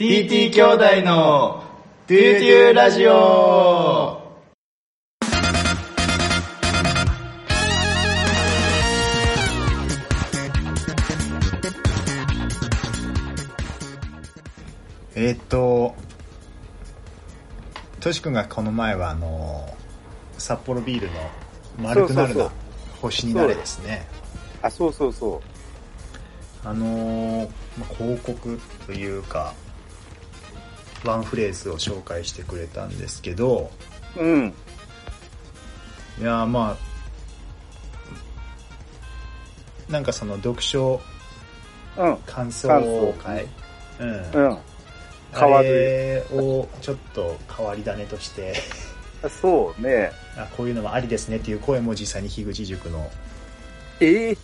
TT 兄弟のトゥートゥーラジオえーっと、トシ君がこの前は、あの、札幌ビールの丸くなるそうそうそなう、星になれですね。あ、そうそうそあのー、まあ広告というか、ワンフレーズを紹介してくれたんですけど、う。うん。いやーまあ、なんかその読書うん。感想感想会、うん、うん。あ変わるれをちょっと変わり種として、そうね。あこういうのもありですねっていう声も実際に樋口塾のええ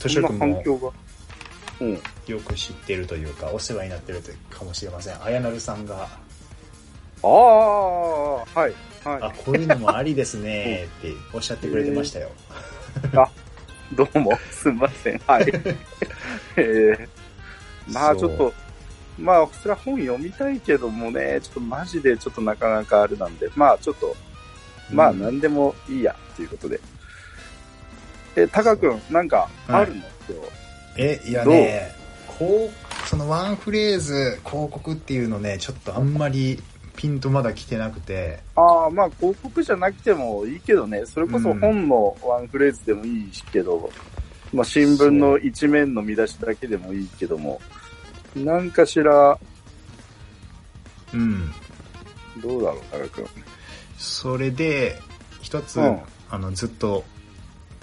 図そ書んな君反も響が。うん。よく知ってるというかお世話になってるというかもしれません綾成さんがああ、はい。 「あはこういうのもありですね」っておっしゃってくれてましたよ、い。どうも、 すみません。はい。 ええまあちそうょっと、まあ、それは本読みたいけどもね、ちょっとマジでちょっとなかなかあれなんで、まあちょっと、まあうん何でもいいや、ということで。え、タカ君、なんかあるの、今日。えいやねこうそのワンフレーズ広告っていうのねちょっとあんまりピンとまだ来てなくてああ、まあ広告じゃなくてもいいけどね、それこそ本のワンフレーズでもいいけど、まあ新聞の一面の見出しだけでもいいけども、なんかしら、うんどうだろう、高く君。それで一つ、うんあのずっと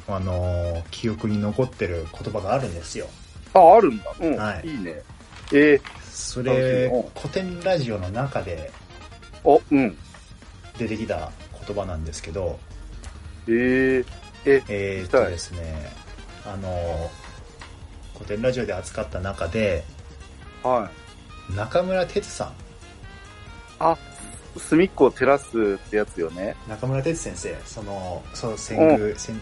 あのー記憶に残ってる言葉があるんですよあ、あるんだ。うん、はいい、いね。えそれうん古典ラジオの中でー、お、うん。出てきた言葉なんですけど、えー、えー、っはといですね、あの、古典ラジオで扱った中で、は中村哲さい。隅っこを照らすってやつよね。ん、中村哲先生、その、そう、戦宮、戦、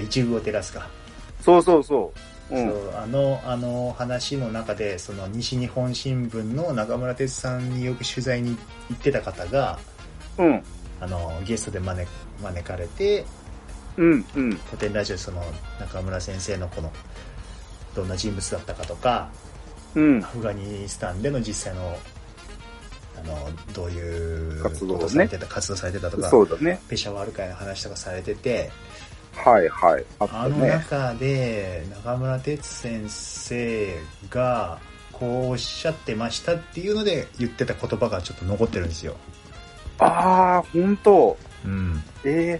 一部を照らすか、そうそうそう。そうん。うあの、あの話の中で、その西日本新聞の中村哲さんによく取材に行ってた方が、うん。あの、ゲストで招招かれて、うん。うん。古典ラジオでその中村先生のこの、どんな人物だったかとか、うんア。フガニスタンでの実際の、あの、どういう活動をねことされてた、活動されてたとか、そうだね。ペシャワール会の話とかされてて、はいはい。ああったのね。中で中村哲先生が、こうおっしゃってましたっていうので言ってた言葉がちょっと残ってるんですよ。ああ、ほんと。うん。え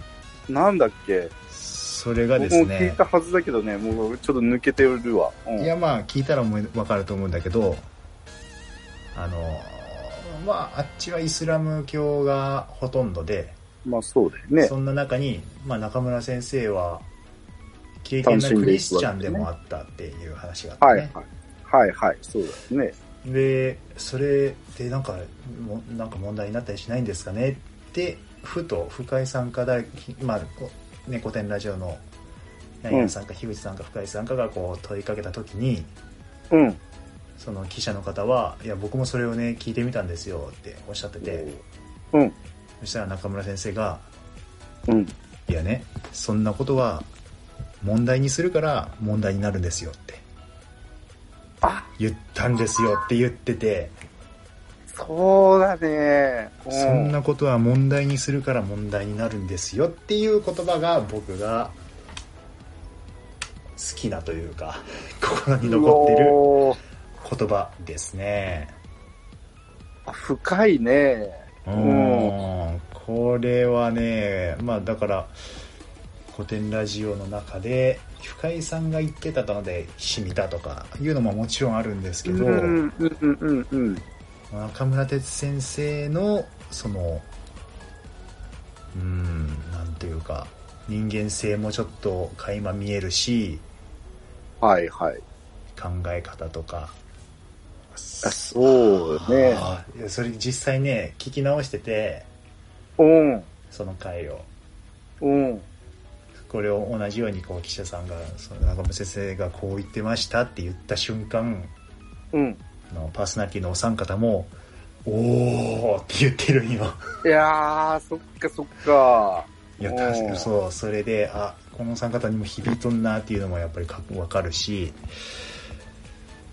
ー、なんだっけそれがで僕すも聞いねた、はずだけどね、もうちょっと抜けてるわ。うん、いやまあ聞いたらもうわかると思うんだけど、あの、まああっちはイスラム教がほとんどで、まあそうだよね。そんな中に、まあ、中村先生は敬虔なクリスチャンでもあったっていう話があっはていね、はい。はいはい、そうだよね。でそれでなんかもなんか問題になったりしないんですかねってふと深井さんか誰、まあこね、古典ラジオの柳田さんか樋口さんか深井さんかがこう問いかけた時にうん。その記者の方は「いや僕もそれをね聞いてみたんですよ」っておっしゃっててうん。そしたら中村先生がうん。いやね、そんなことは問題にするから問題になるんですよってあ言ったんですよって言ってて、そうだね。うそんなことは問題にするから問題になるんですよっていう言葉が僕が好きなというか、 心に残ってるうおー言葉ですね。あ深いね。うおん、これはね、まあだから、古典ラジオの中で深井さんが言ってたので染みたとかいうのももちろんあるんですけうんど、うんうんうんうん。中村哲先生のそのうんなんていうか人間性もちょっと垣間見えるしはいはい。考え方とかあそうね。あーいやそれ実際ね聞き直しててうん。その回をうん。これを同じようにこう記者さんがその中村先生がこう言ってましたって言った瞬間うん。のパーソナリティのお三方も、 おーって言ってるんよ。いやー、そっかそっか。いや、お確ーかにそう、それで、あ、このお三方にも響いとんなっていうのもやっぱりかわかるし、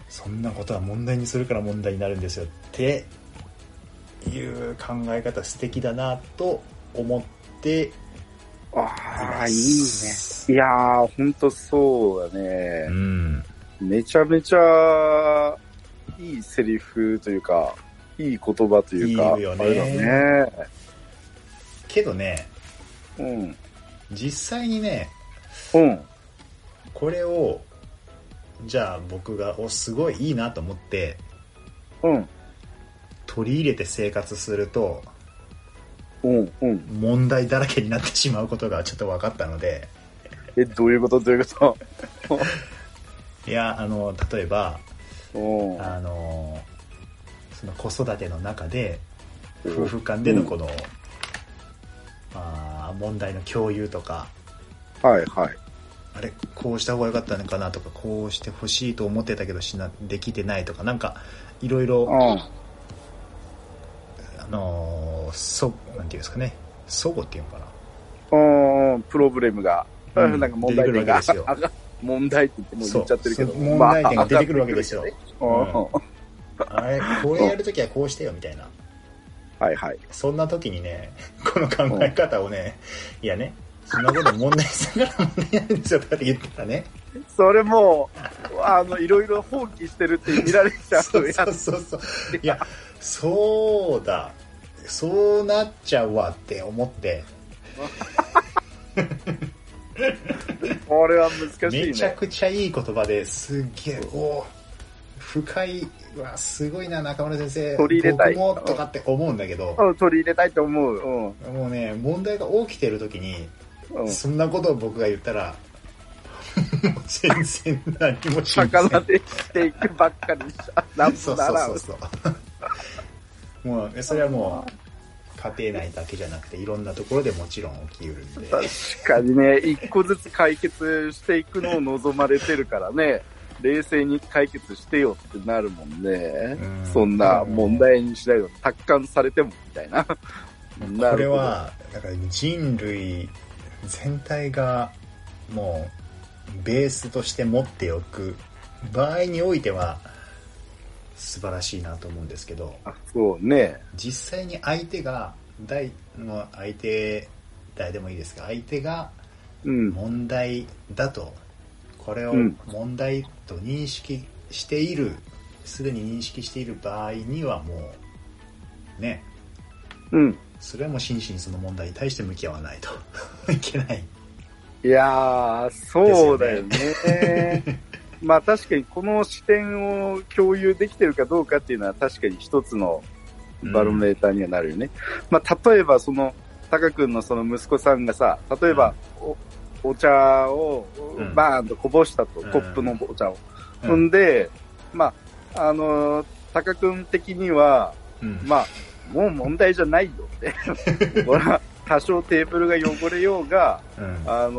そんなことは問題にするから問題になるんですよっていう考え方素敵だなと思って、ああ、いいますね。いやー、ほんとそうだうね。ん。めちゃめちゃ、いいセリフというか、いい言葉というか、いいよねあれだね。けどね、うん。実際にね、うん。これを、じゃあ僕が、お、すごいいいなと思って、うん。取り入れて生活すると、うん。うん。問題だらけになってしまうことがちょっと分かったので、え、どういうことどういうこといや、あの、例えば、 うん。あの、その子育ての中で、夫婦間でのこの、まあ、問題の共有とか、はいはい。あれ、こうした方が良かったのかなとか、こうしてほしいと思ってたけどしな、できてないとか、なんか、いろいろ、うあの、そ、なんていうんですかね、そごっていうのかな。ん。うん。プロブレムが。うんなんか問題点が。出てくるわけあ 問題点ってもう言っちゃってるけど。そうそう問題点が出てくるわ けですよまあ上がってくるけどねあれ、これやるときはこうしてよ、みたいな。うん。はいはい。そんな時にね、この考え方をね、いやね、そんなこと問題するから問題なんですよとかって言ってたね。それもう、あの、いろいろ放棄してるって見られちゃそううやそうつ。そうそう。いや、そうだ。そうなっちゃうわって思って、これは難しいめちゃね。くちゃいい言葉ですっげえ、おー深いわ、すごいな、中村先生。取り入れたい僕もとかって思うんだけど、うん、取り入れたいと思う。うんもうね、問題が起きてる時に、うん。そんなことを僕が言ったら、もう全然何もしない。魚でしていくばっかりしちゃ、な んそうもそなうらそんう。そう。もうね、それはもう、家庭内だけじゃなくて、いろんなところでもちろん起きうるんで。確かにね、一個ずつ解決していくのを望まれてるからね、冷静に解決してよってなるもんねう。んそんな問題にしないと達観されてもみたいな。なるほどこれは、だから人類全体が、もう、ベースとして持っておく場合においては、素晴らしいなと思うんですけど、あそうね。実際に相手が、大、もう相手、誰でもいいですが、相手が、うん。問題だとこれをうん問題と認識しているすで、に認識している場合にはもうねうん。それはもう真摯にその問題に対して向き合わないと いけないいやー、そうだよね。 まあ確かにこの視点を共有できてるかどうかっていうのは確かに一つのバロメーターにはなるよね。まあ例えばその、タカ君のその息子さんがさ、例えばお,、お茶をうんバーンとこぼしたと、うんコップのお茶を。、うんんで、まあ、あのー、タカ君的には、うんまあ、もう問題じゃないよ って。ほら、多少テーブルが汚れようが、うんあの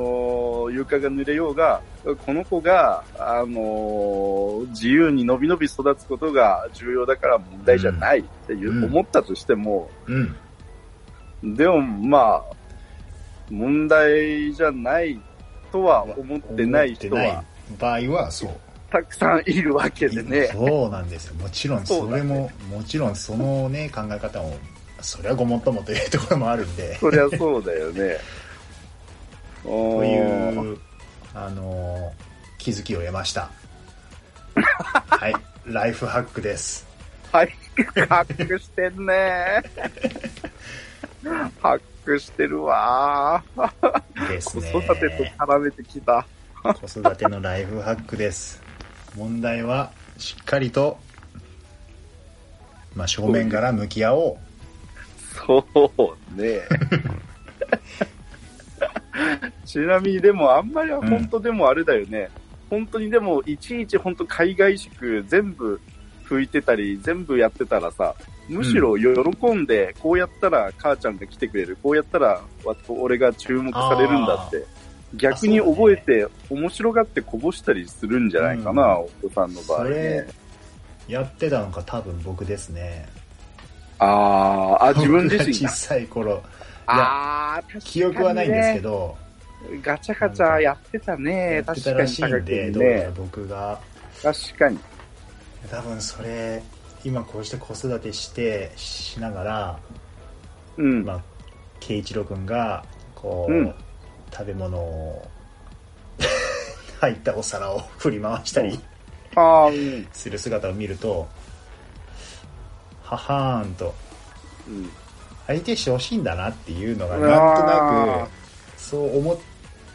ー床が濡れようが、この子が、あのー自由にのびのび育つことが重要だから問題じゃないっていう、うん思ったとしても、うんでもまあ、問題じゃないとは思ってない人思ってなはい場合はそうたくさんいるわけでね。そうなんですよもちろんそそうだれねも、もちろんそのね考え方もそれはごもっともというところもあるんでそりゃそうだよね。お といーう、あのー気づきを得ました。はい。ライフハックです。はい、ハックしてんね。ハックしてるわー。です子ね。育てと絡めてきた。子育てのライフハックです。問題は、しっかりと、まあ、正面から向き合おう。そうね。 ちなみにでもあんまりはうん本当でもあれだよね。本当にでもいちいち本当海外宿全部拭いてたり全部やってたらさ、むしろ喜んで、こうやったら母ちゃんが来てくれる、こうやったらわ俺が注目されるんだって。逆に覚えて面白がってこぼしたりするんじゃないかな、うお子さんの場そ合ねれ。、やってたのが多分僕ですね。ああ、あ、自分自僕が身が 小。さい頃、ああ、確かにね記憶はないんですけど、ガチャガチャやってたね。やって確たからにしいんで、ど高木うやらね。僕が、確かに。多分それ、今こうして子育てして、しながら、うん。まあ、圭一郎君がこう、うん食べ物を 入ったお皿を振り回したりああ、うん。する姿を見ると、ははーんとうん相手してほしいんだなっていうのがうなんわとーなくそう思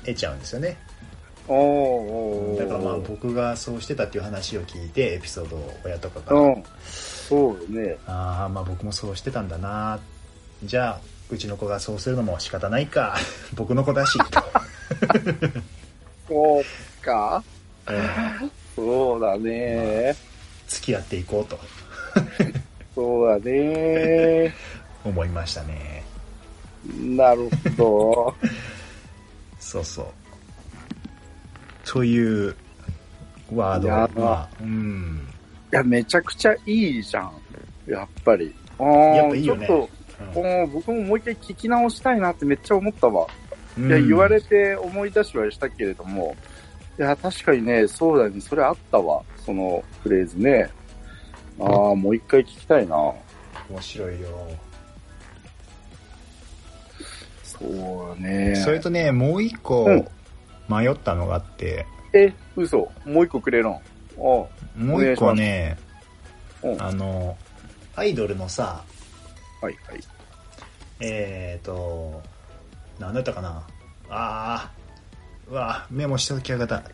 えちゃうんですよねおーおーおーだからまあ僕がそうしてたっていう話を聞いてエピソードを親とかから、うん。そうよね。ああまあ僕もそうしてたんだなじゃあうちの子がそうするのも仕方ないか 僕の子だしと、 そうか。うんそうだね。付き合っていこうとそうだ ね。思いましたねなるほそうそうというワードやばまあうんど。いや、めちゃくちゃいいじゃん。やっぱり。あーやっぱいいよねちょうんっと、この僕ももう一回聞き直したいなってめっちゃ思ったわ。うんいや、言われて思い出しはしたけれども、いや、確かにね、そうだね、それあったわ、そのフレーズね。ああ、もう一回聞きたいな。面白いよそうね。それとねもう一個うん迷ったのがあってえ、嘘もう一個くれるんああ、もう一個はねうん。はあのアイドルのさいはい。えっ、ー、と何だったかなあーうわメモしておきやがった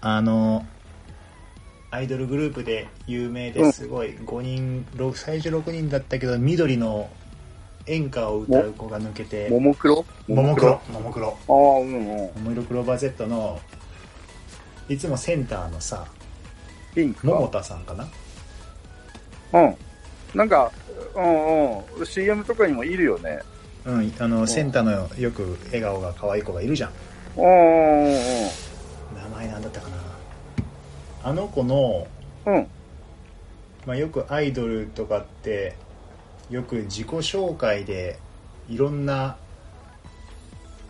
あのアイドルグループで有名うでんすごい5人ろく最初6人だったけど緑の演歌を歌う子が抜けてももクロももクロももクロああ、うんうん。ももいろクローバー Z のいつもセンターのさピンク桃か。田さんかなうん。なんか、うんうん。CM とかにもいるよね。うんあのセンターのよく笑顔が可愛い子がいるじゃんうんうんうん名前なんだったかなあの子のうん。うん。まあ、よくアイドルとかってよく自己紹介でいろんな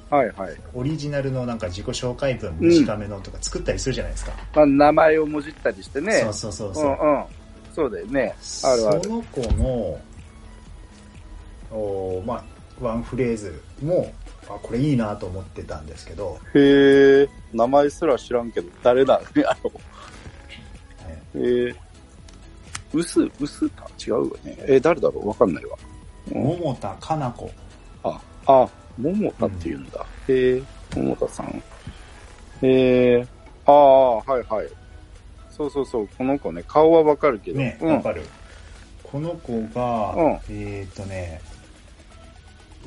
はいはい。オリジナルのなんか自己紹介文短めのとか作ったりするじゃないですか、まあ、名前をもじったりしてね。そうそうそうそう、うんうん。そうだよね。あるあるそ。の子のおーまあワンフレーズもあこれいいなと思ってたんですけど、へえ、名前すら知らんけど、誰だあねの、へえ、うす、うすた違うよね。えー、誰だろうわかんないわ。うん桃田かな子あ、あ、ももたって言うんだ。へえ、ももたさん。へえ、ああ、はいはい。そうそうそう、この子ね、顔はわかるけど。ねうわ、ん。かるこの子が、うんえーっとね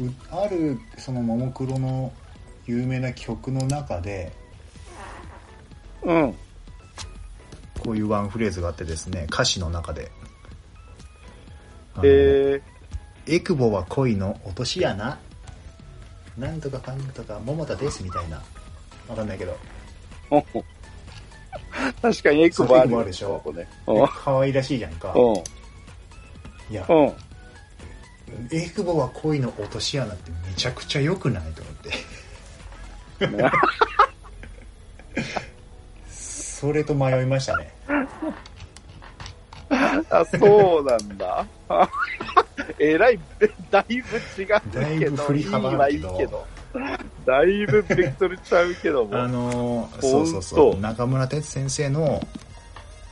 うあるそのももクロの有名な曲の中でうん。こういうワンフレーズがあってですね歌詞の中で「あのへえ、エクボは恋の落とし穴なんとかかんとか桃田です」みたいなわかんないけどうん確かにエクボそうエあクボあるるでしょこの子ね。可愛らしいじゃんかういやん。うん。エクボは恋の落とし穴ってめちゃくちゃ良くないと思って ねそれと迷いましたねあ、そうなんだ。 あえらい、だいぶ違うけど、だいぶ振り幅あるけどいいはいいだいぶベクトルちゃうけどあも。のんとそうそうそう中村哲先生の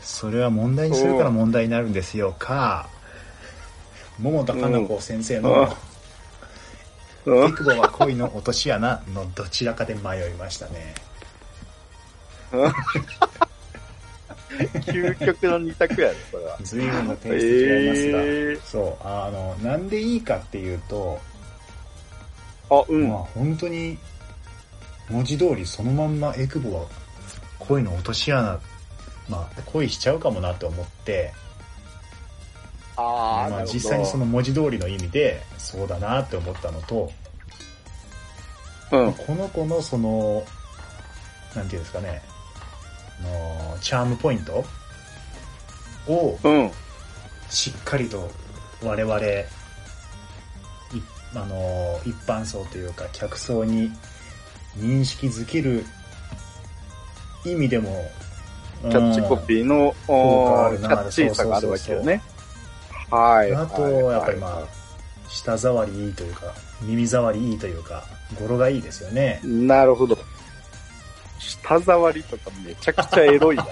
それは問題にするから問題になるんですよか桃田かな子先生うんの「うエんクボは恋の落とし穴」のどちらかで迷いましたね究極の二択やね、それは。随分のテイスト違いますが、えそうあのなんでいいかっていうと、ー、あ、うまあん。本当に文字通りそのまんまエクボは恋の落とし穴まあ恋しちゃうかもなと思ってあー、まなあ、るほど実際にその、文字通りの意味でそうだなって思ったのとうん。この子のそのなんていうんですかねあのチャームポイントをうん。しっかりと我々、いあの、一般層というか客層に認識づける意味でも、キキャッチコピーの、効果あおーるキなャッチーさがあるわけよね。うはんい。あと、はいやっぱりまあ、舌触りいいというか、耳触りいいというか、語呂がいいですよね。なるほど。舌触りとかめちゃくちゃエロいな。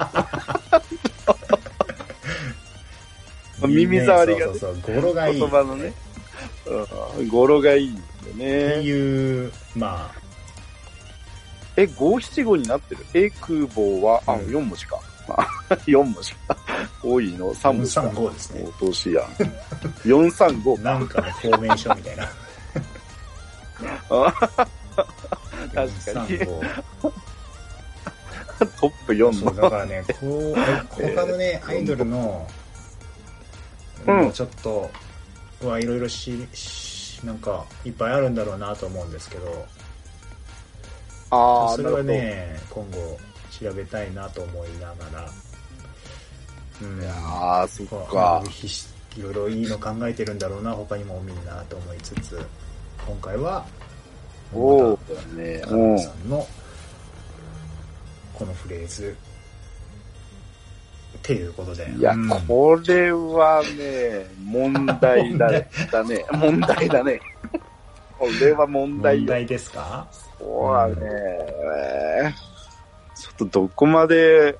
耳障りがねそうそうそう、語呂がいい。言葉のね。うん語呂がいいんっだてよね。いう、まえ、五七五になってる。え、空母は、あ、うん四文字か。 四文字か。多いのあ、三文字か。も435ですねう。どうしやん。四三五なんかのフォーメーションみたいな。確かに435。トップ四そのう、。だからね、こう、他のね、アイドルの、うんもうちょっと、はいろいろし、しなんか、いっぱいあるんだろうなと思うんですけど、ああ、それなるはほど。ね、今後、調べたいなと思いながら、うん、ああ、そっこうか。ひしいろいろいいの考えてるんだろうな、他にもみんなと思いつつ、今回は、おおま、だねた。うカんナ。さんの、このフレーズ、っていうことで。いやうん、これはね、問題だだね。問題 だね。これは問題問よ。題ですかそうだね。ちょっとどこまで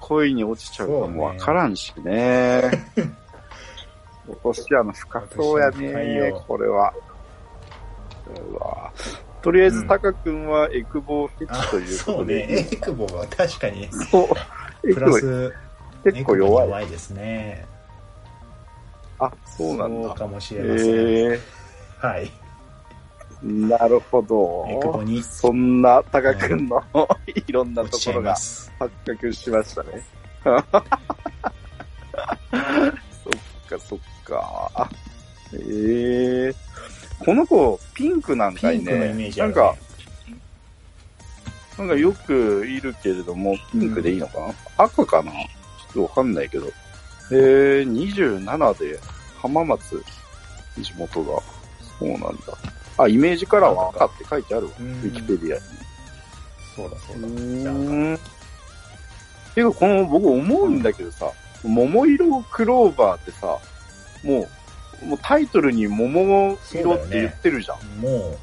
恋に落ちちゃうかもわからんし ね。落とし穴深そうや落とし穴深いねよ、これは。うわとりあえず、タカ君はエクボフェあチというこそとうね。で、エクボは確かに、そう、エプクラボス、結構エクボに弱い。弱いですね。あ、そうなんだ。かもしえれません。ーはい。なるほエクボど。にそんなタカ君の いろんな落とちちこゃいろまがす。発覚しましたね。 そっかそっか。ええこの子、ピンクなんかピいンクのイメねー。ジあなる、んね。か、なんかよくいるけれども、ピンクでいいのかな、赤かなちょっとわかんないけど。えー、27で浜松、地元が。そうなんだ。あ、イメージカラーは赤って書いてあるわ。うウんィキペディアに。そうだそうだ。うん。ていうか、この、僕思うんだけどさ、桃色クローバーってさ、もう、もうタイトルに桃色って言ってるじゃん。も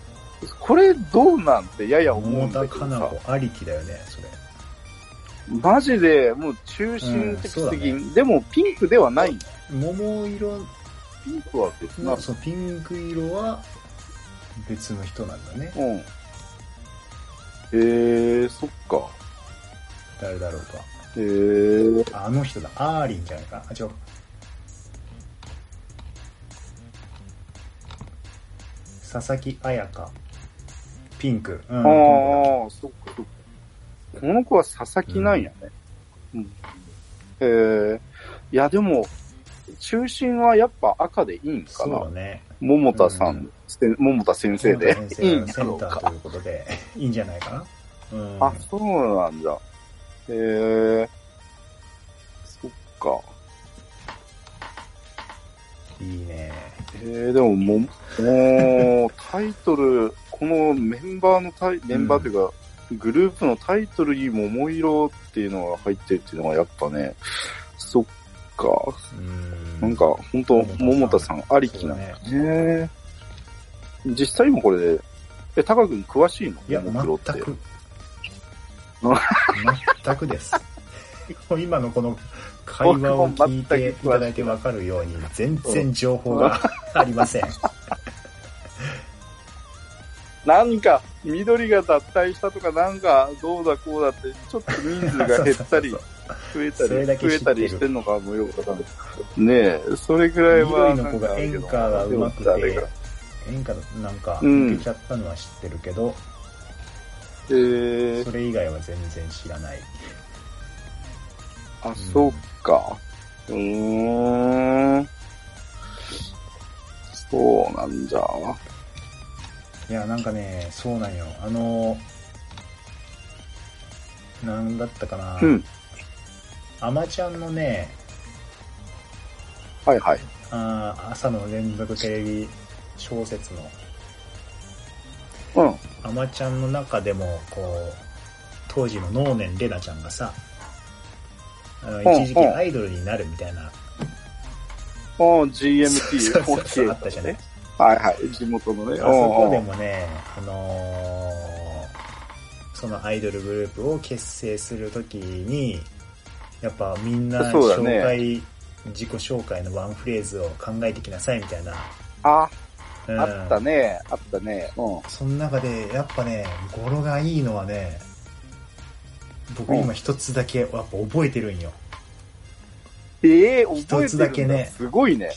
これどうなんてやう、や思う桃んだ田けかなどさ、子ありきだよね、それ。マジでもう中心的すぎん。うでもピンクではないんだ。桃色ピンクは別なの、。そのピンク色は別の人なんだね。うん。へえー、そっか。誰だろうへえー、か。あの人だ。アーリンじゃないか。あ、違う。佐々木彩香。ピンク。うん。ああ、そっかそっか。この子は佐々木なんやね。うん。えー、いやでも、中心はやっぱ赤でいいんかそうだなね。桃田さうんん、せ桃田先生で先い生いんがやセろンうタか。ーということで、いいんじゃないかな。うん。あ、そうなんだ。へえー、そっか。いいね。えー、でもも、もう、タイトル、このメンバーのタイ、メンバーというか、グループのタイトルに桃色っていうのが入ってるっていうのがやっぱね、そっか、うん。なんか、本当桃桃田田ささんありそきうなだんだね。ね。実際もこれで、え、タカ君詳しいのいや、ももクロっ全て。く。 全くです。今のこの会話を聞いていただいてわかるように、全然情報がありま せん。なんか、緑が脱退したとか、なんか、どうだこうだって、ちょっと人数が減ったり、増えたそれだり、け知って増えるたりしてんのかもよくわかんない。ねえ、それぐらいは緑の子が演歌がうまくなんかあれてが、演歌なんかうん抜けちゃったのは知ってるけど、えー、それ以外は全然知らない。あ、そうか。うーん。そうなんじゃ。いや、なんかね、そうなんよ。あの、なんだったかな。うん。アマちゃんのね、はいはい。あー朝の連続テレビ小説のうん。 「あまちゃん」の中でもこう当時の能年玲奈ちゃんがさあのん一時期アイドルになるみたいな、そおうそうそう GMT48 あったじゃないね。はいはい。地元のね。あそこでうんうんもね、あのーそのアイドルグループを結成するときに、やっぱみんなそうだ紹ね介、自己紹介のワンフレーズを考えてきなさいみたいな。あ、うん、あった。ね。あったね。うん。その中で、やっぱね、語呂がいいのはね、僕うん今一つだけやっぱ覚えてるんよ。ええ覚え一つてだるけんだねすごいね。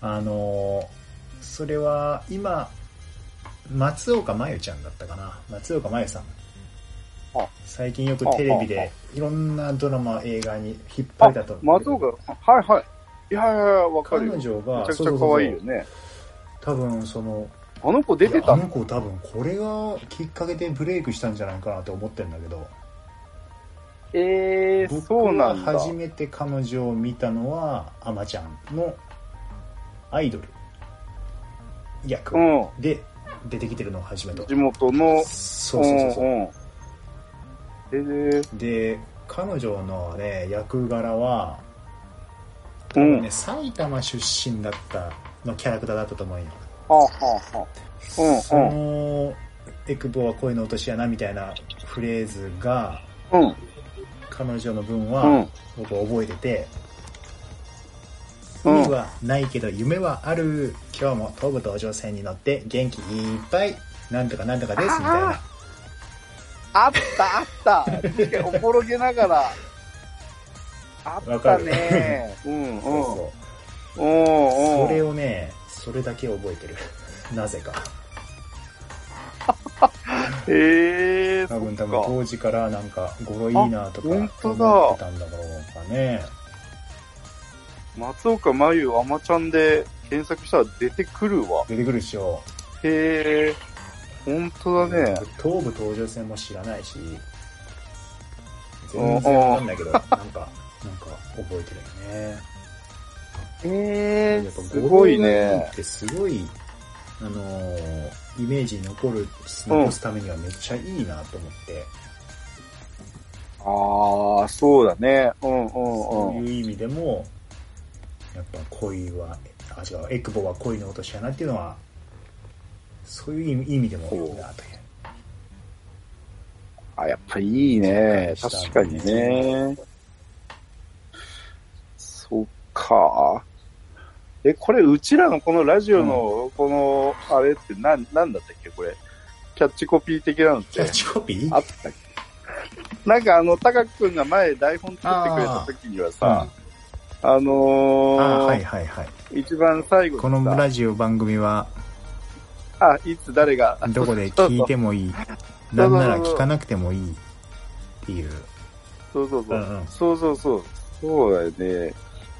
あのーそれは今、松岡真由ちゃんだったかな。松岡真由さんあ。最近よくテレビあああでいろんなドラマ、映画に引っ張りだと。松岡、はいはい。いやいやいや、わか彼るよ。めち女が、ゃくちそうそゃうそう可愛いよね。多分その、あの子出ていやたあのの子多分これがきっかけでブレイクしたんじゃないかなと思ってるんだけど、ええ僕そうながんだ。初めて彼女を見たのは、アマちゃんのアイドル役うん。で出てきてるのを初めて。地元の。そうそうそうそう。うんうん。えで彼女のね役柄は、えうん。ね、埼玉出身だったのキャラクターだったと思うよ、はあはあはうんそのエクボは恋の落とし穴みたいなフレーズがあ。うん。彼女の分うんは。僕覚えてて「うん意味はないけど夢はある今日も東武東上線に乗って元気いっぱいなんとかなんとかです」みたいなあったあった。確かにおぼろげながら。あっわかたるね。うんうん。そうそううんうん。それをねそれだけ覚えてるなぜかええ多分そ多っ分か。当時からなんか語呂いいなとかあ思本当だってたんだろうかね松岡真優、あまちゃんで検索したら出てくるわ。出てくるでしょへえ。ほんとだね。東武東上線も知らないし全然わかんないけどなんかなんか覚えてるよねへえ。っぱすご語呂いがねい。ってすごいあのーイメージに残る残すためにはめっちゃいいなと思って、ああ、そうだね。うんうんそううん。いう意味でもやっぱ恋はあ違うエクボは恋の落とし穴っていうのはそういう意味でもいいなというあ、やっぱいいね。確かにね。そっか。え、これ、うちらのこのラジオの、この、あれって、なん、なんだったっけこれ。キャッチコピー的なのっキャてッ、チコピーあったっけなんかあの、タカ君が前台本作ってくれた時にはさ、あのーあはいはいはい一番最後にさこのラジオ番組はあ、いつ誰が、どこで聞いてもいいなんなら聞かなくてもいいっていうそうそうそう。うんうんそうそうそう。そうだよね。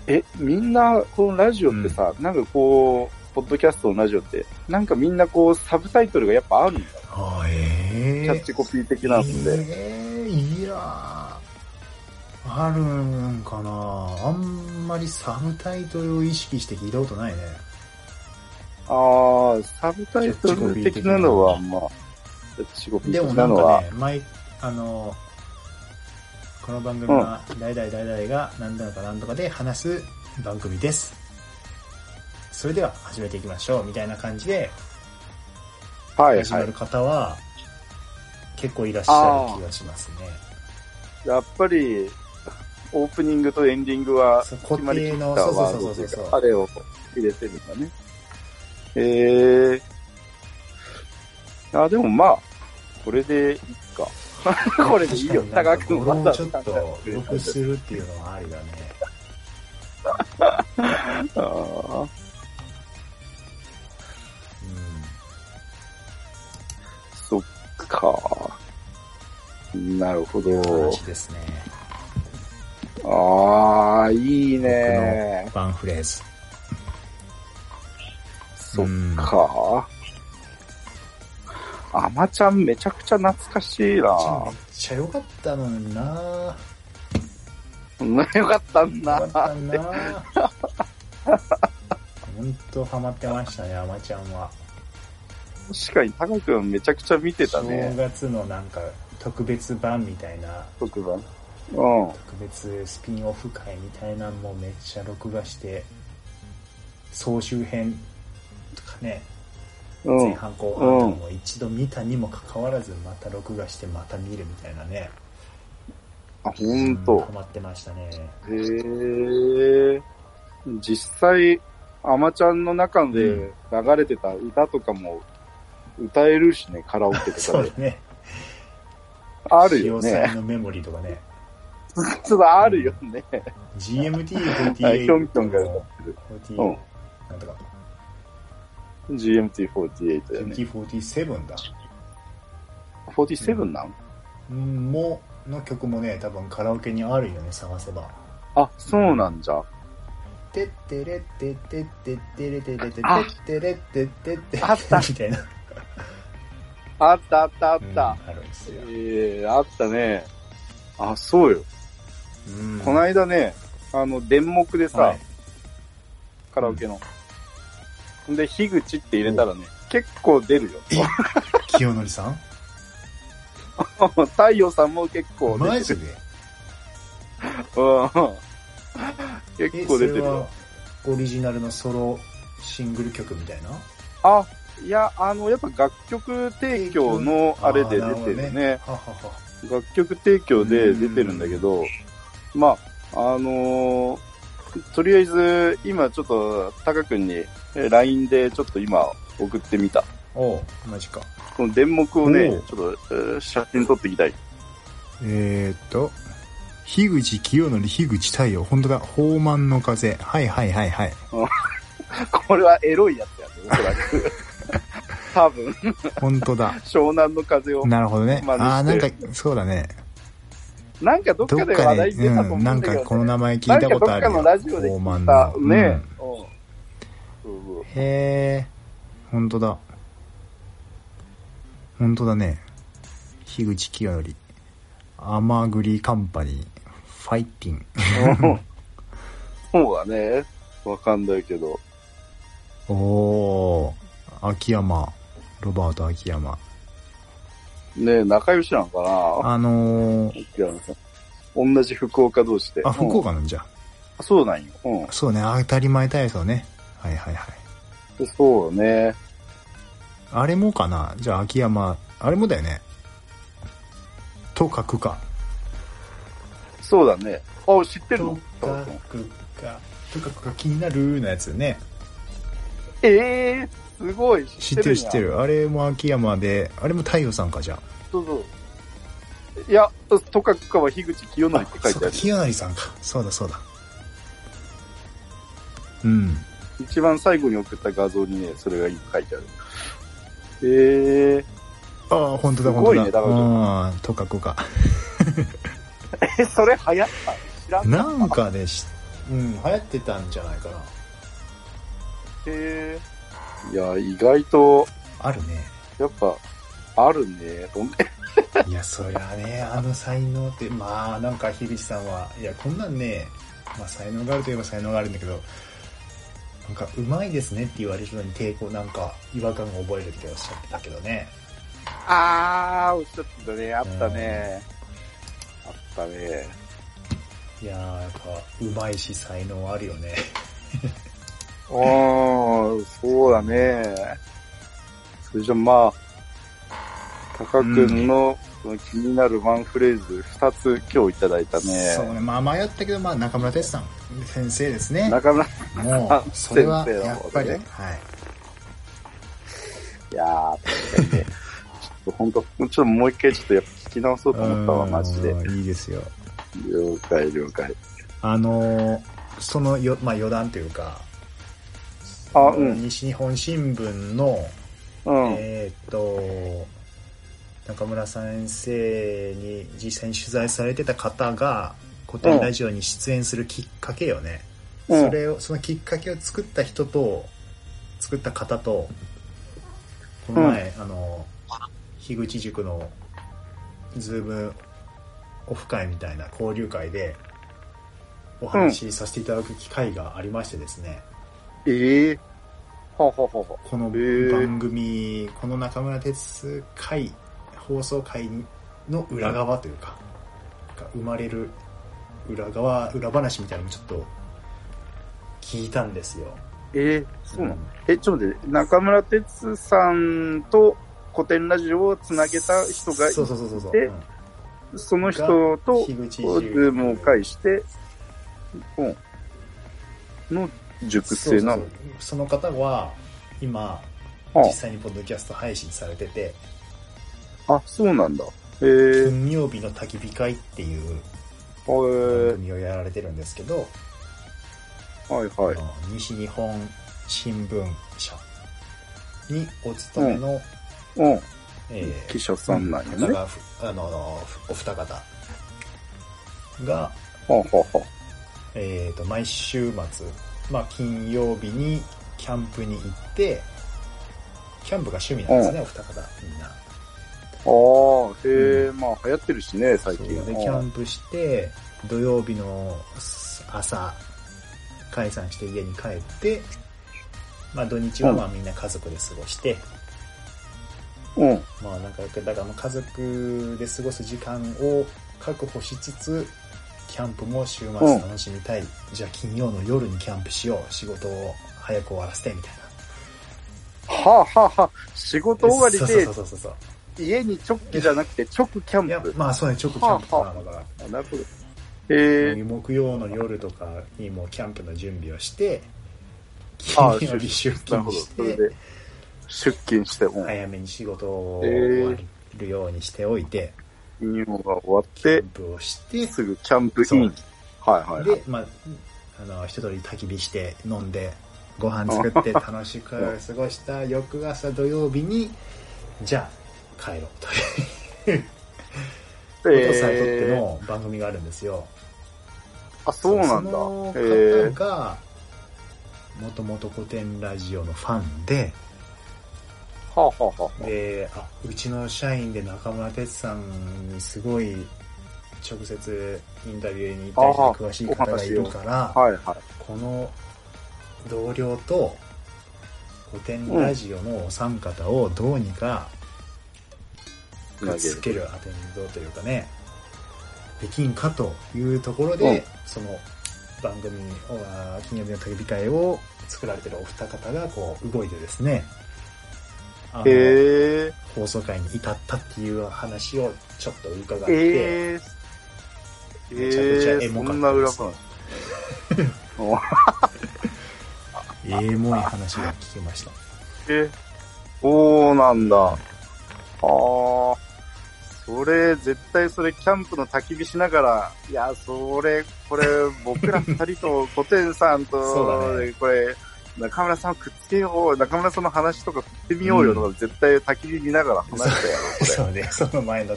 え、みんな、このラジオってさ、なんかこう、ポッドキャストのラジオって、なんかみんなこう、サブタイトルがやっぱあるんだ。あえキャッチコピー的なので。えーいやーあるんかなあんまりサブタイトルを意識して聞いたことないねああ、サブタイトル的なのは、まあ、キャッチコピーでも的ななんのはか、ね毎あのこの番組は代々代々が何だか何とかで話す番組ですそれでは始めていきましょうみたいな感じではい始はめるい。方は結構いらっしゃる気がしますね、やっぱり、オープニングとエンディングは、そう決ま固り定きったのワーそドうとそいうそうそううか、そうあれを入れてるんだね。へえー。あ、でもまあ、これでいいか。 これでいいよ。確か高にくなんかまこれをちょっと良くするっていうのはありだねあーそっか。なるほうんど。話ですねああ、いいね。ワンフレーズそっうんか。あまちゃんめちゃくちゃ懐かしいな。めっちゃ良かったのにな よかったん良かだっ。たな本当ハマってましたね、アマちゃんは。確かに、タカ君めちゃくちゃ見てた正ね、月のなんか特別版みたいな、特番。うん。特別スピンオフ会みたいなんもめっちゃ録画して、総集編とかね、う前ん。半後半とかも一度見たにもかかわらず、また録画してまた見るみたいなね。あ、ほんうんとハ。マってましたね。へえ。実際、アマちゃんの中で流れてた歌とかも歌えるしね、カラオケとそかうでだ。ね。ある潮よ ね。さんのメモリーとかね。ちょっとあるよね。 あヒョン GMT48 キョンが歌のってる。 40なんとか、 GMT48 だよね。 GMT47 だ。 47なんうんも、の曲もね、多分カラオケにあるよね、探せば。あ、そうなんじゃ。てってれってってってってれてれててあってれってってってあったみたいな。あったあったあっうんたあ。るんですよ。ええあったね。あ、そうよ。この間ね、あの、電目でさ、はいカラオケの。で、樋口って入れたらね、結構出るよ。 清則さん太陽さんも結構出てマる。ジでうん 結え構そ出れてるよは。オリジナルのソロシングル曲みたいなあ、いや、あの、やっぱ楽曲提供のあれであーなる出ほどてるねね。ははは楽曲提供で出てるんだけど、まあ、あのーとりあえず、今ちょっと、タカ君にえ LINE でちょっと今送ってみた。おうマジかこの電目をおねう、ちょっとえー写真撮っていきたい。えー、っと、樋口清則、樋口太陽、本当だ、豊満の風。はいはいはいはい。これはエロいやつやね、おそらく。多分、。本当だ 湘南の風を。なるほどね。真似してああ、なんか、そうだね。なんかどっどかっで話か題で、に出たと思ううんん、なだんけど、かね。この名前聞いたことあるよ。なんかどっかのラジオで聞いた豊満の。ねうえん。うんそうへえ、本当だ。本当だね。樋口清則、アマグリカンパニー、ファイティン。 そうそうだね。わかんないけど。おー、秋山、ロバート秋山。ねえ、仲良しなのかなあのー、平野さん同じ福岡同士で。あ、福うん岡なんじゃ。あそうなんよ。うんそうね、当たり前体操ね。はいはいはい。で。そうね。あれもかなじゃあ秋山、あれもだよね。と書くか。そうだね。あ、知ってるのくか。と書くか気になるのやつね。ええすごい。知ってるん知やって。る。あれも秋山で、あれも太陽さんかじゃあ。そうそう。いや、とかくかは樋口清則って書いそうてあか、る。清成さんか。そうだそうだ。うん。一番最後に送った画像にね、それが今書いてある。ええああ、本当だ本す当ごいだ。ねだからああ、と書くか。え、それ流行った知らん。なんかでし、うん、流行ってたんじゃないかな。ええいや、意外と、あるね。やっぱ、あるね。ほん いや、そりゃね、あの才能って、まあ、なんか、樋口さんは、いや、こんなんね、まあ、才能があるといえば才能があるんだけど、なんか、うまいですねって言われるのに抵抗、なんか、違和感を覚えるっておっしゃってたけどね。あー、おっしゃってたね。あったね。あったね。いやー、やっぱ、うまいし、才能あるよね。あー、そうだね。それじゃまあ、タカ君のその気になるワンフレーズ2つ今日いただいたそうね。ね、まあ、迷ったけど、まあ、中村哲さん、先生ですね。中村、もあう、それは、先生のや方っぱり、ではいね。いやー、確かにね。ちょっと本当、ちょっともう一回ちょっとやっぱ聞き直そうと思ったわ、マジで。うん。いいですよ。了解、了解。あのーそのよ、まあ、余談というか、あうん西日本新聞の、うん。えーっと、中村先生に実際に取材されてた方が、古典ラジオに出演するきっかけよね。うんそれを、そのきっかけを作った人と、作った方と、この前、あの、樋口塾のズームオフ会みたいな交流会でお話しさせていただく機会がありましてですね、ええはあ、はあはあはあ、このー番組、この中村哲会、放送会の裏側というか、が生まれる裏側、裏話みたいなのもちょっと聞いたんですよ。ええそうなの、え、ちょっと待って、中村哲さんと古典ラジオをつなげた人が、そうそそうそうそうそう。でうんの人と、樋口ズームを介して、うん。の熟成なそのう。そうそうその方は、今、あ実際にポッドキャスト配信されてて、あ、そうなんだ。えー、金曜日の焚き火会っていうえー番、組をやられてるんですけど、はいはいあ。の西日本新聞社にお勤めの、うん。えー記者さんなん方やね。はがふあのふお二方が、あ、はあはえー、と毎週末、まあ、金曜日にキャンプに行ってキャンプが趣味なんですね、お二方みんな。あ、ああ、へえ、まあ流行ってるしね、最そ近。うでキャンプして土曜日の朝解散して家に帰って、まあ、土日はまあみんな家族で過ごして、うん。うん。まあなんかだからもう家族で過ごす時間を確保しつつキャンプも週末楽しみたい、じゃあ金曜の夜にキャンプしよう仕事を早く終わらせてみたいなはあ、はあはあ、仕事終わりそうでそうそうそうそう家に直帰じゃなくて直キャいンやプ。まあそうね直キャンプかなだからあなるほど。えー、木曜の夜とかにもうキャンプの準備をしてあ金曜日出なるほ勤ど。しそれてで、出勤して、うん。早めに仕事を終わるようにしておいて、金曜が終わっキャてン、プをしてすぐキャンプイン。はいはいはい。で、まあ、あの一通り焚き火して飲んでご飯作って楽しく過ごした翌朝土曜日にじゃあ帰ろうということをされとってえーの番組があるんですよ、あ、そうなんだ。その方えー、がもともと古典ラジオのファンではあはあはあはあ。であうちの社員で中村哲さんにすごい直接インタビューに行ったりして詳しい方がいるからはいはい。この同僚と古典ラジオのお三方をどうにかくっつけるアテンドというかね、できんかというところで、うんその番組を、あー金曜日のテレビ会を作られてるお二方がこう動いてですね、あのへえ放送会に至ったっていう話をちょっと伺って、ー、えー、めちゃくちゃエモかそんっなたで裏す話。エモい話が聞けま した。え、そうなんだ。ああ、それ、絶対それ、キャンプの焚き火しながら、いや、それ、これ、僕ら二人と、古典さんそうと、だねこれ、中村さんをくっつけよう、中村さんの話とか振ってみようよとか、絶対焚き火見ながら話したやろ、こそうね、 その前の、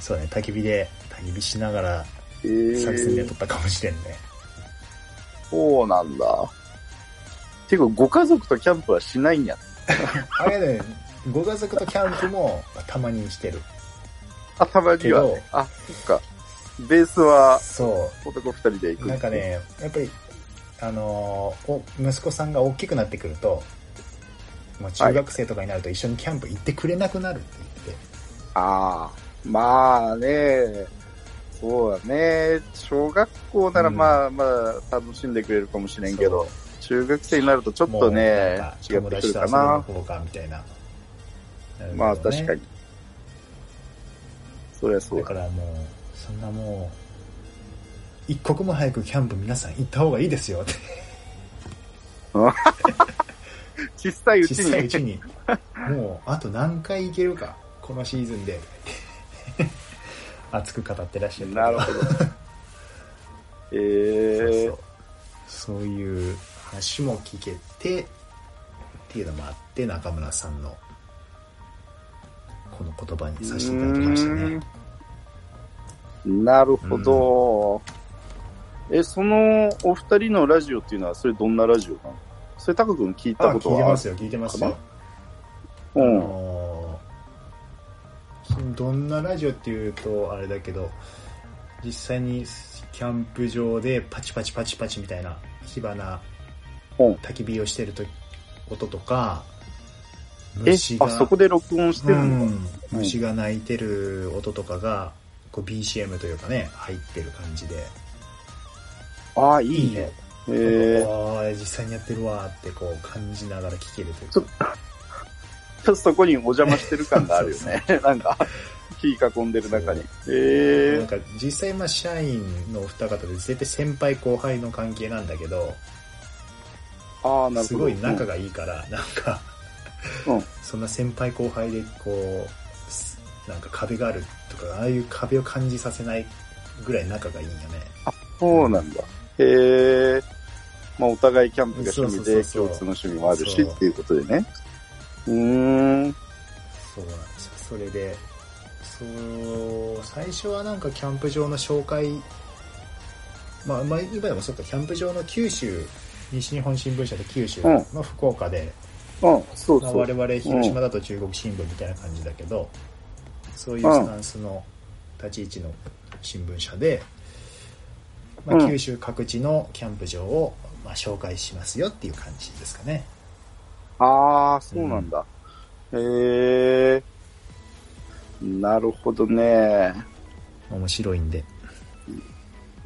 そうね、焚き火で、焚き火しながられ。え作戦でー撮、ったかもしれんね。そうなんだ。ていうか、ご家族とキャンプはしないんや。あれね、ご家族とキャンプもまあたまにしてる。あ、たまにはねけど。あ、そっか。ベースはそ男二人で行う。く。なんかね、やっぱり、あのーお息子さんが大きくなってくると、もう中学生とかになると一緒にキャンプ行ってくれなくなるって言って、ああ、まあね、そうだね。小学校ならうんまあまあ楽しんでくれるかもしれんけど、中学生になるとちょっもとうなねんか、違ってく友るかな。達と遊びに行こうかみたいな。なるけどねまあ確かに。そりゃそうだだか。らもう、そんなもう、一刻も早くキャンプ皆さん行った方がいいですよって。小さいう小ちさいうに、ちに、もうあと何回行けるか、このシーズンで。 熱く語ってらっしゃる。なるほど。えそうそーう、そういう話も聞けて、っていうのもあって、中村さんの、この言葉にさせていただきましたね。うーんなるほど。え、そのお二人のラジオっていうのは、それどんなラジオなのそれ、タカ君聞いあ、たこと聞いてはあまるすよ、聞いてますかよな。うあん。のーそのどんなラジオっていうとあれだけど実際にキャンプ場でパチパチパチパチみたいな火花うん焚き火をしてると音とか、え虫、があ、そこで録音してるうのか。ん虫が鳴いてる音とかが、こう BCM というかね、入ってる感じで、ああ、いいね。へえああ、実際にやってるわーってこう感じながら聴けるというちょかっ。ちょっとそこにお邪魔してる感があるよね。なんか、木囲んでる中に。なえんか実際まあ社員のお二方で絶対先輩後輩の関係なんだけど、ー、ああ、なるほど。すごい仲が。がいいから、なんか、うん そんな先輩後輩でこう、すなんか壁があるとか、ああいう壁を感じさせないぐらい仲がいいんよね。そうなんだ。へえ。まあ、お互いキャンプが趣そ味で、うそうそうそう共通の趣味もあるし、そうっていうことでね。うーん。そうなんですよ。それで、そう、最初はなんかキャンプ場の紹介、まあ、まあ、今でもそうか、キャンプ場の九州、西日本新聞社で九州うんの福岡で、うん、そうまあそ我う。々広島だと中国新聞みたいな感じだけど、そういうスタンスの立ち位置の新聞社で、まうあ、ん九州各地のキャンプ場をまあ紹介しますよっていう感じですかね。ああ、そうなんだ。へえ。なるほどね。面白いんで、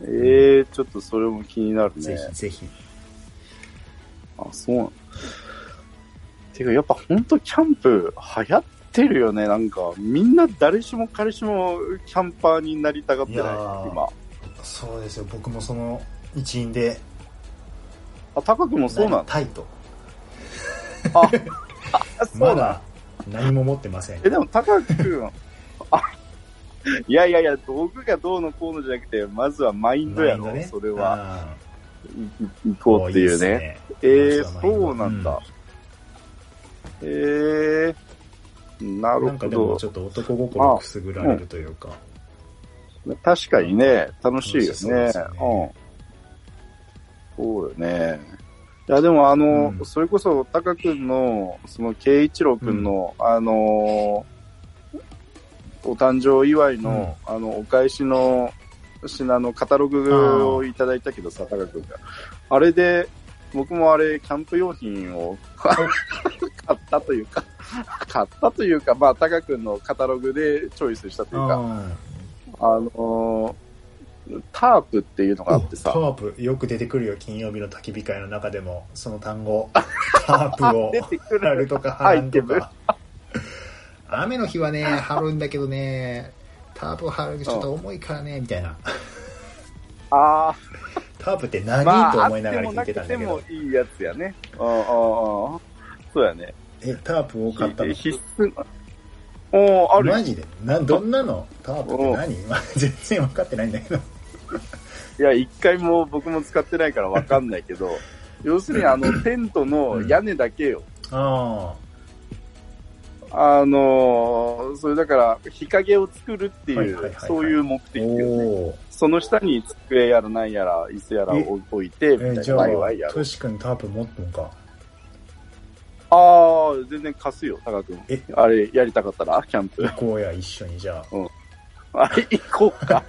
ええ、ちょっとそれも気になるねぜ。ひぜひ。あ、そうなんてか、やっぱほんとキャンプ流行ってるよね。なんか、みんな誰しも彼しもキャンパーになりたがってないいやー今。そうですよ、僕もその一員で、あ、高くもそうなのタイと。あ、あそうなまのだ何も持ってません。え、でも高くん、あ、いやいやいや、道具がどうのこうのじゃなくて、まずはマインドやろ、マインドねそれは。あーいい行こうっていうね。えー、そうなん。おだっ。えー、なすねるなんかほでもどち。ょっと男心くすぐられるというか。確かにね、楽しいよね。楽しそうですよねうん。そうよね。いや、でもあの、うんそれこそ、タカ君の、その、慶一郎君の、あのーお誕生祝いの、あの、お返しの品のカタログをいただいたけどさ、タカ君が。あれで、僕もあれ、キャンプ用 品を買ったというか、買ったというか、まあ、タカ君のカタログでチョイスしたというか、うんあのータープっていうのがあってさタ、ープ、よく出てくるよ、金曜日の焚き火会の中でも、その単 語。タープを出てく貼るるとか貼アらイんテとムか。雨の日はね、貼るんだけどね、タープ貼るけどちょっと重いからね、みたいな。あタープってあ、何、まあ、とあ思いっなてがらも聞ないてたくんてだけもど。いいやつやね。うんうんうんうん。そうやね。え、タープを買ったの必須の。おーあるよマジでな、どんなのタープって何、 まあ、全然分かってないんだけど。いや、一回も僕も使ってないからわかんない けど、要するにあの、テントの屋根だけよ。ああのーそれだから、日陰を作るってはいいはいはいはうい、そういう目あ。的よね。おーその下に机やら何やら椅子やらを置いて、えみたいじな、ゃワイワイやあ、るト。シ君タープ持ってんのか。ああ、全然貸すよ、高君。えあれ、やりたかったら、キャンプ。 行こうや、一緒に、じゃあ。あれ、行こ うか。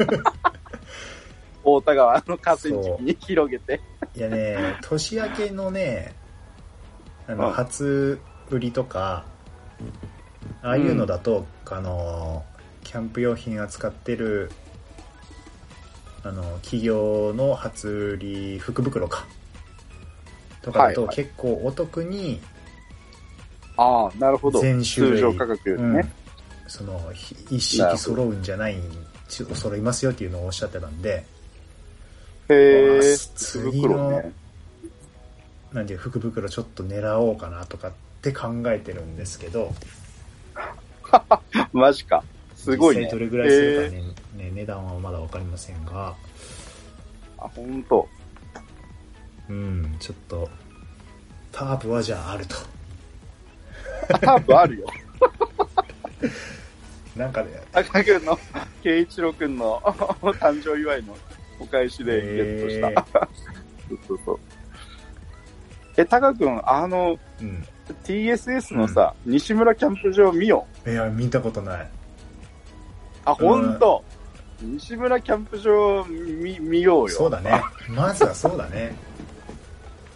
大田川の河川敷に広げて。いや ね、年明けのね、あうの、ん初売りとか、ああいうのだと、あの、キャンプ用品扱ってる、あの、企業の初売り福袋か。とかだとはいはい結構お得に、ああ、なるほど。全種類通常価格よりね。うん、その、ひ一式揃うんじゃない、ち揃いますよっていうのをおっしゃってたんで、へわあえ、す手袋ね。なんていう福袋ちょっと狙おうかなとかって考えてるんですけど、マジか。すごい実ね際。どれぐらいするかね,、ね値段はまだ分かりませんがあ、ほんと。うんちょっとタープはじゃああるとタープある よ。なんかね高君の、慶一郎君の 誕生祝いのお返しでゲットした。そうそうそう。え、高君、あの、うん、 TSS のさ、西村キャンプ場見よいや見たことないあ、ほんと、西村キャンプ場見見ようよ。そうだねまずはそうだね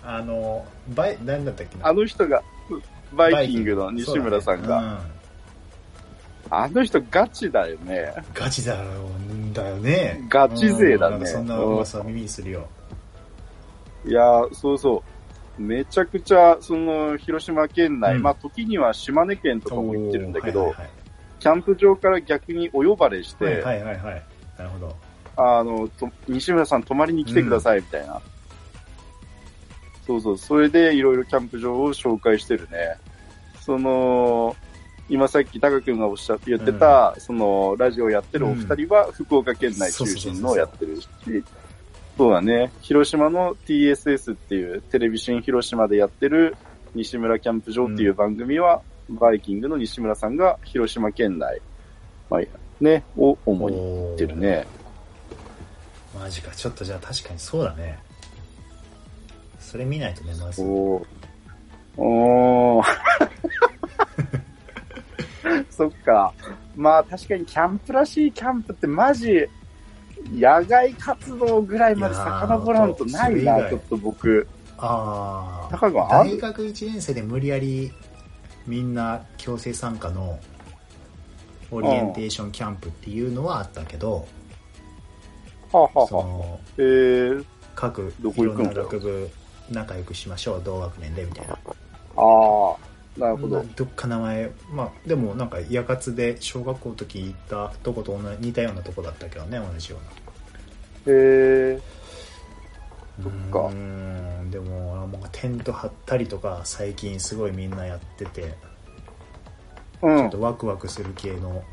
あのバイ何だったっけなあの人が、バイキングの西村さんそうだが、ねあの人ガチだよね。うんガチだろうんだよねガチ勢だねうんなんかそんなうん噂を耳にするよいやー、そうそう。めちゃくちゃ、その、広島県内、うんまあ、時には島根県とかも行ってるんだけど、おーはいキャンプ場から逆にお呼ばれして、はいはいはいはいはいはいなるほどあの、と西村さん泊まりに来てください、みたいな。そうそう、それでいろいろキャンプ場を紹介してるね。その、今さっきタカ君がおっしゃって言ってた、その、ラジオやってるお二人は福岡県内中心のをやってるし、そうだね、広島の TSS っていうテレビ新広島でやってる西村キャンプ場っていう番組は、バイキングの西村さんが広島県内、まあ、ね、を主におやーってるね。マジかちょっとじゃあ確かにそうだねそれ見ないとねまずおーおー そっか。まあ確かにキャンプらしいキャンプってマジ、野外活動ぐらいまで遡らんとないいやーな、ちょっと僕。ああ高くはあ大る学1年生で無理やりみんな強制参加のオリエンテーションキャンプっていうのはあったけど、はあ、はそあはあ、のえー、各どいこ行ろくんんなだろう学部仲良くしましょう同学年でみたいなああ、なるほど。どっか名前まあでもなんかやかつで小学校の時行ったとこと同じ似たようなとこだったけどね同じようなえー、そっかうーんでももうテント張ったりとか最近すごいみんなやっててうちょっん、とワクワクする系の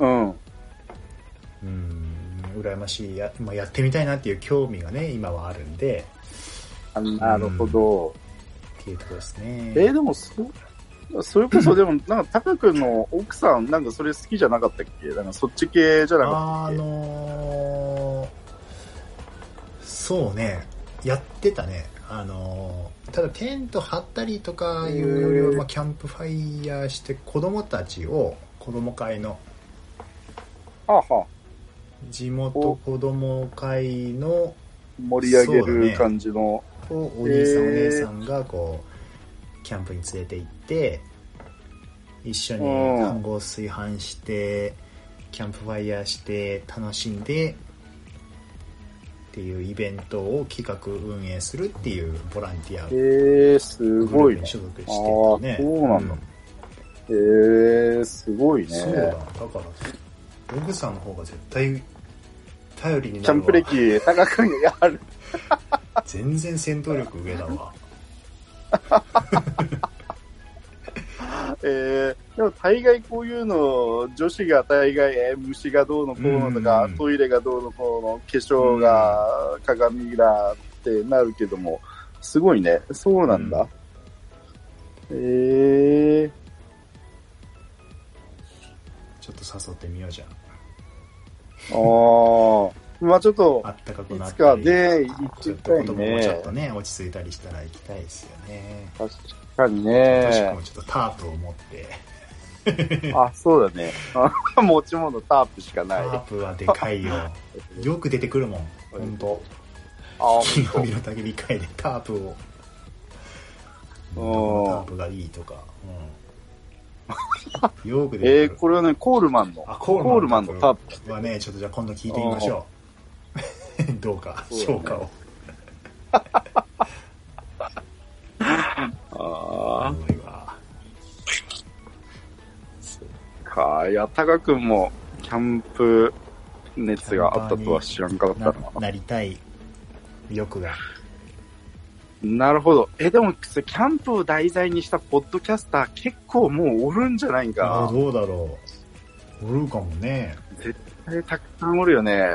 うん。うん羨ましいや,、まあ、やってみたいなっていう興味がね今はあるんであなるほど。っていうところですねえー、でもそ、それこそでも、なんか、タカ君の奥さん、なんかそれ好きじゃなかったっけなんかそっち系じゃなかったあっけのーそうねやってたねあのーただテント張ったりとかいうよりは、へーまあ、キャンプファイヤーして子供たちを子供会のはあはあ地元子供会の盛り上げそうだるね感じの。をお兄さん、へーお姉さんがこうキャンプに連れて行って一緒にうん飯盒炊飯してキャンプファイヤーして楽しんでっていうイベントを企画運営するっていうボランティアえグー、すルごープいねに。所属してたねあーそうなんだえー、すごいね。そうだだから奥さんの方が絶対頼りにキャなンるプわ歴、タカ君がやる。全然戦闘力上だわえー、でも大概こういうの、女子が大概、えー虫がどうのこうのとか、うんトイレがどうのこうの、化粧が、鏡がってなるけども、すごいね。そうなんだ。えー、ちょっと誘ってみようじゃんああ。まあちょっと、あったかくいなっつたかりね、行っちてょっみとた子い供もちょっねと。ね、落ち着いたりしたら行きたいですよね。確かにもしくねも。ちょっとタープを持って、あ、そうだね。 あ持ち物タープしかなタい。あー、プはでかいよ。 よく出てくるもん、ほんと。ほ金ん曜日の焚き火会でタープを。おどーこのタープがいいとか。うん、よく出とてえくー、る。これはね、コールマンの。あココールマンのタープ。はね、ちょっとじゃあ今度聞いてみましょう。 どうか、そうだね評価を。あおいわあ。か、いや、タカ君も、キャンプ熱があったとは知らんかったなな。なりたい欲が。なるほど。え、でも、それキャンプを題材にしたポッドキャスター結構もうおるんじゃないかあなー。どうだろうおるかもねえーたくさんおるよね。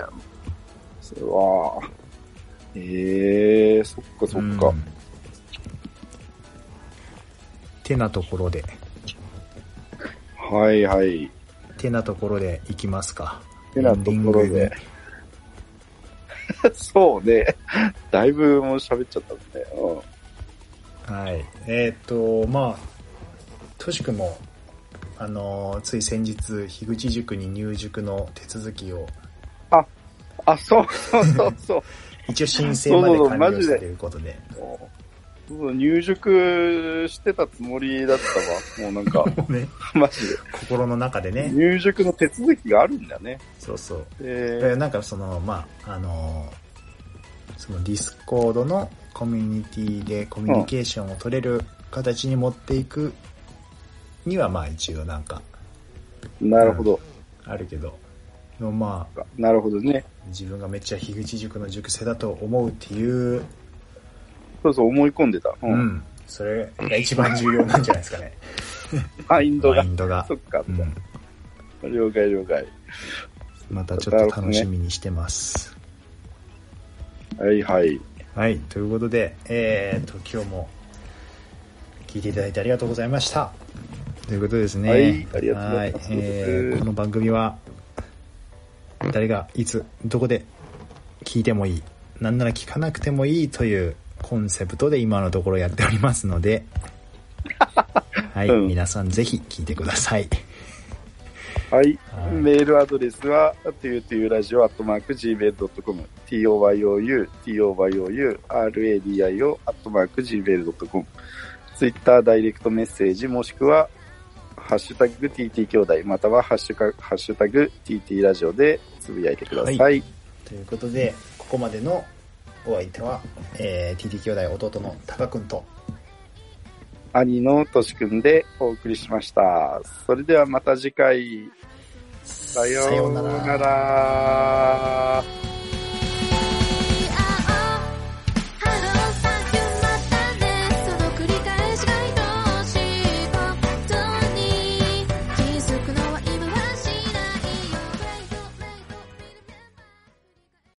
それは。ええー、そっかそっか。うんてなところではいはい。 てなところでいきますかてなところエンディンでグ。そうね。 だいぶもう喋っちゃったんで。うん。はいえっ、とまあとしくもあのーつい先日樋口塾に入塾の手続きをあ、そうそうそうそう。一応申請まで完了したということで。もうそう入塾してたつもりだったわ。も うなんか、もうね、マジで。心の中でね。入塾の手続きがあるんだね。そうそう。だからえなんかその、まあ、あのーそのディスコードのコミュニティでコミュニケーションを取れる形に持っていくには、まあ一応なんかー、なるほど。あるけど、でもまあ、なるほどね。自分がめっちゃ樋口塾の塾生だと思うっていう、そうそう、思い込んでた。う。うんん、それが一番重要なんじゃないですかね。マインドマがイ。ンドがそ。っかう、ん、了解了解。またちょっと楽しみにしてます。はいはい。はい、ということで、えー、と、今日も聞いていただいてありがとうございました。ということですね。はいありがとうございますはえーこの番組は、誰が、いつ、どこで聞いてもいい、なんなら聞かなくてもいいというコンセプトで今のところやっておりますの で、はい、うん皆さんぜひ聞いてください。はいはい。メールアドレスは、というというラジオアットマーク Gmail.com、toyou, toyou, radio アットマーク Gmail.com、ツイッターダイレクトメッセージ、もしくは、ハッシュタグ TT 兄弟、またはハッシュかハッシュタグ TT ラジオでつぶやいてください。ははい。ということで、ここまでのお相手は、えー、TT 兄弟弟のタカ君と、兄のとしくんでお送りしました。それではまた次回、さようなら。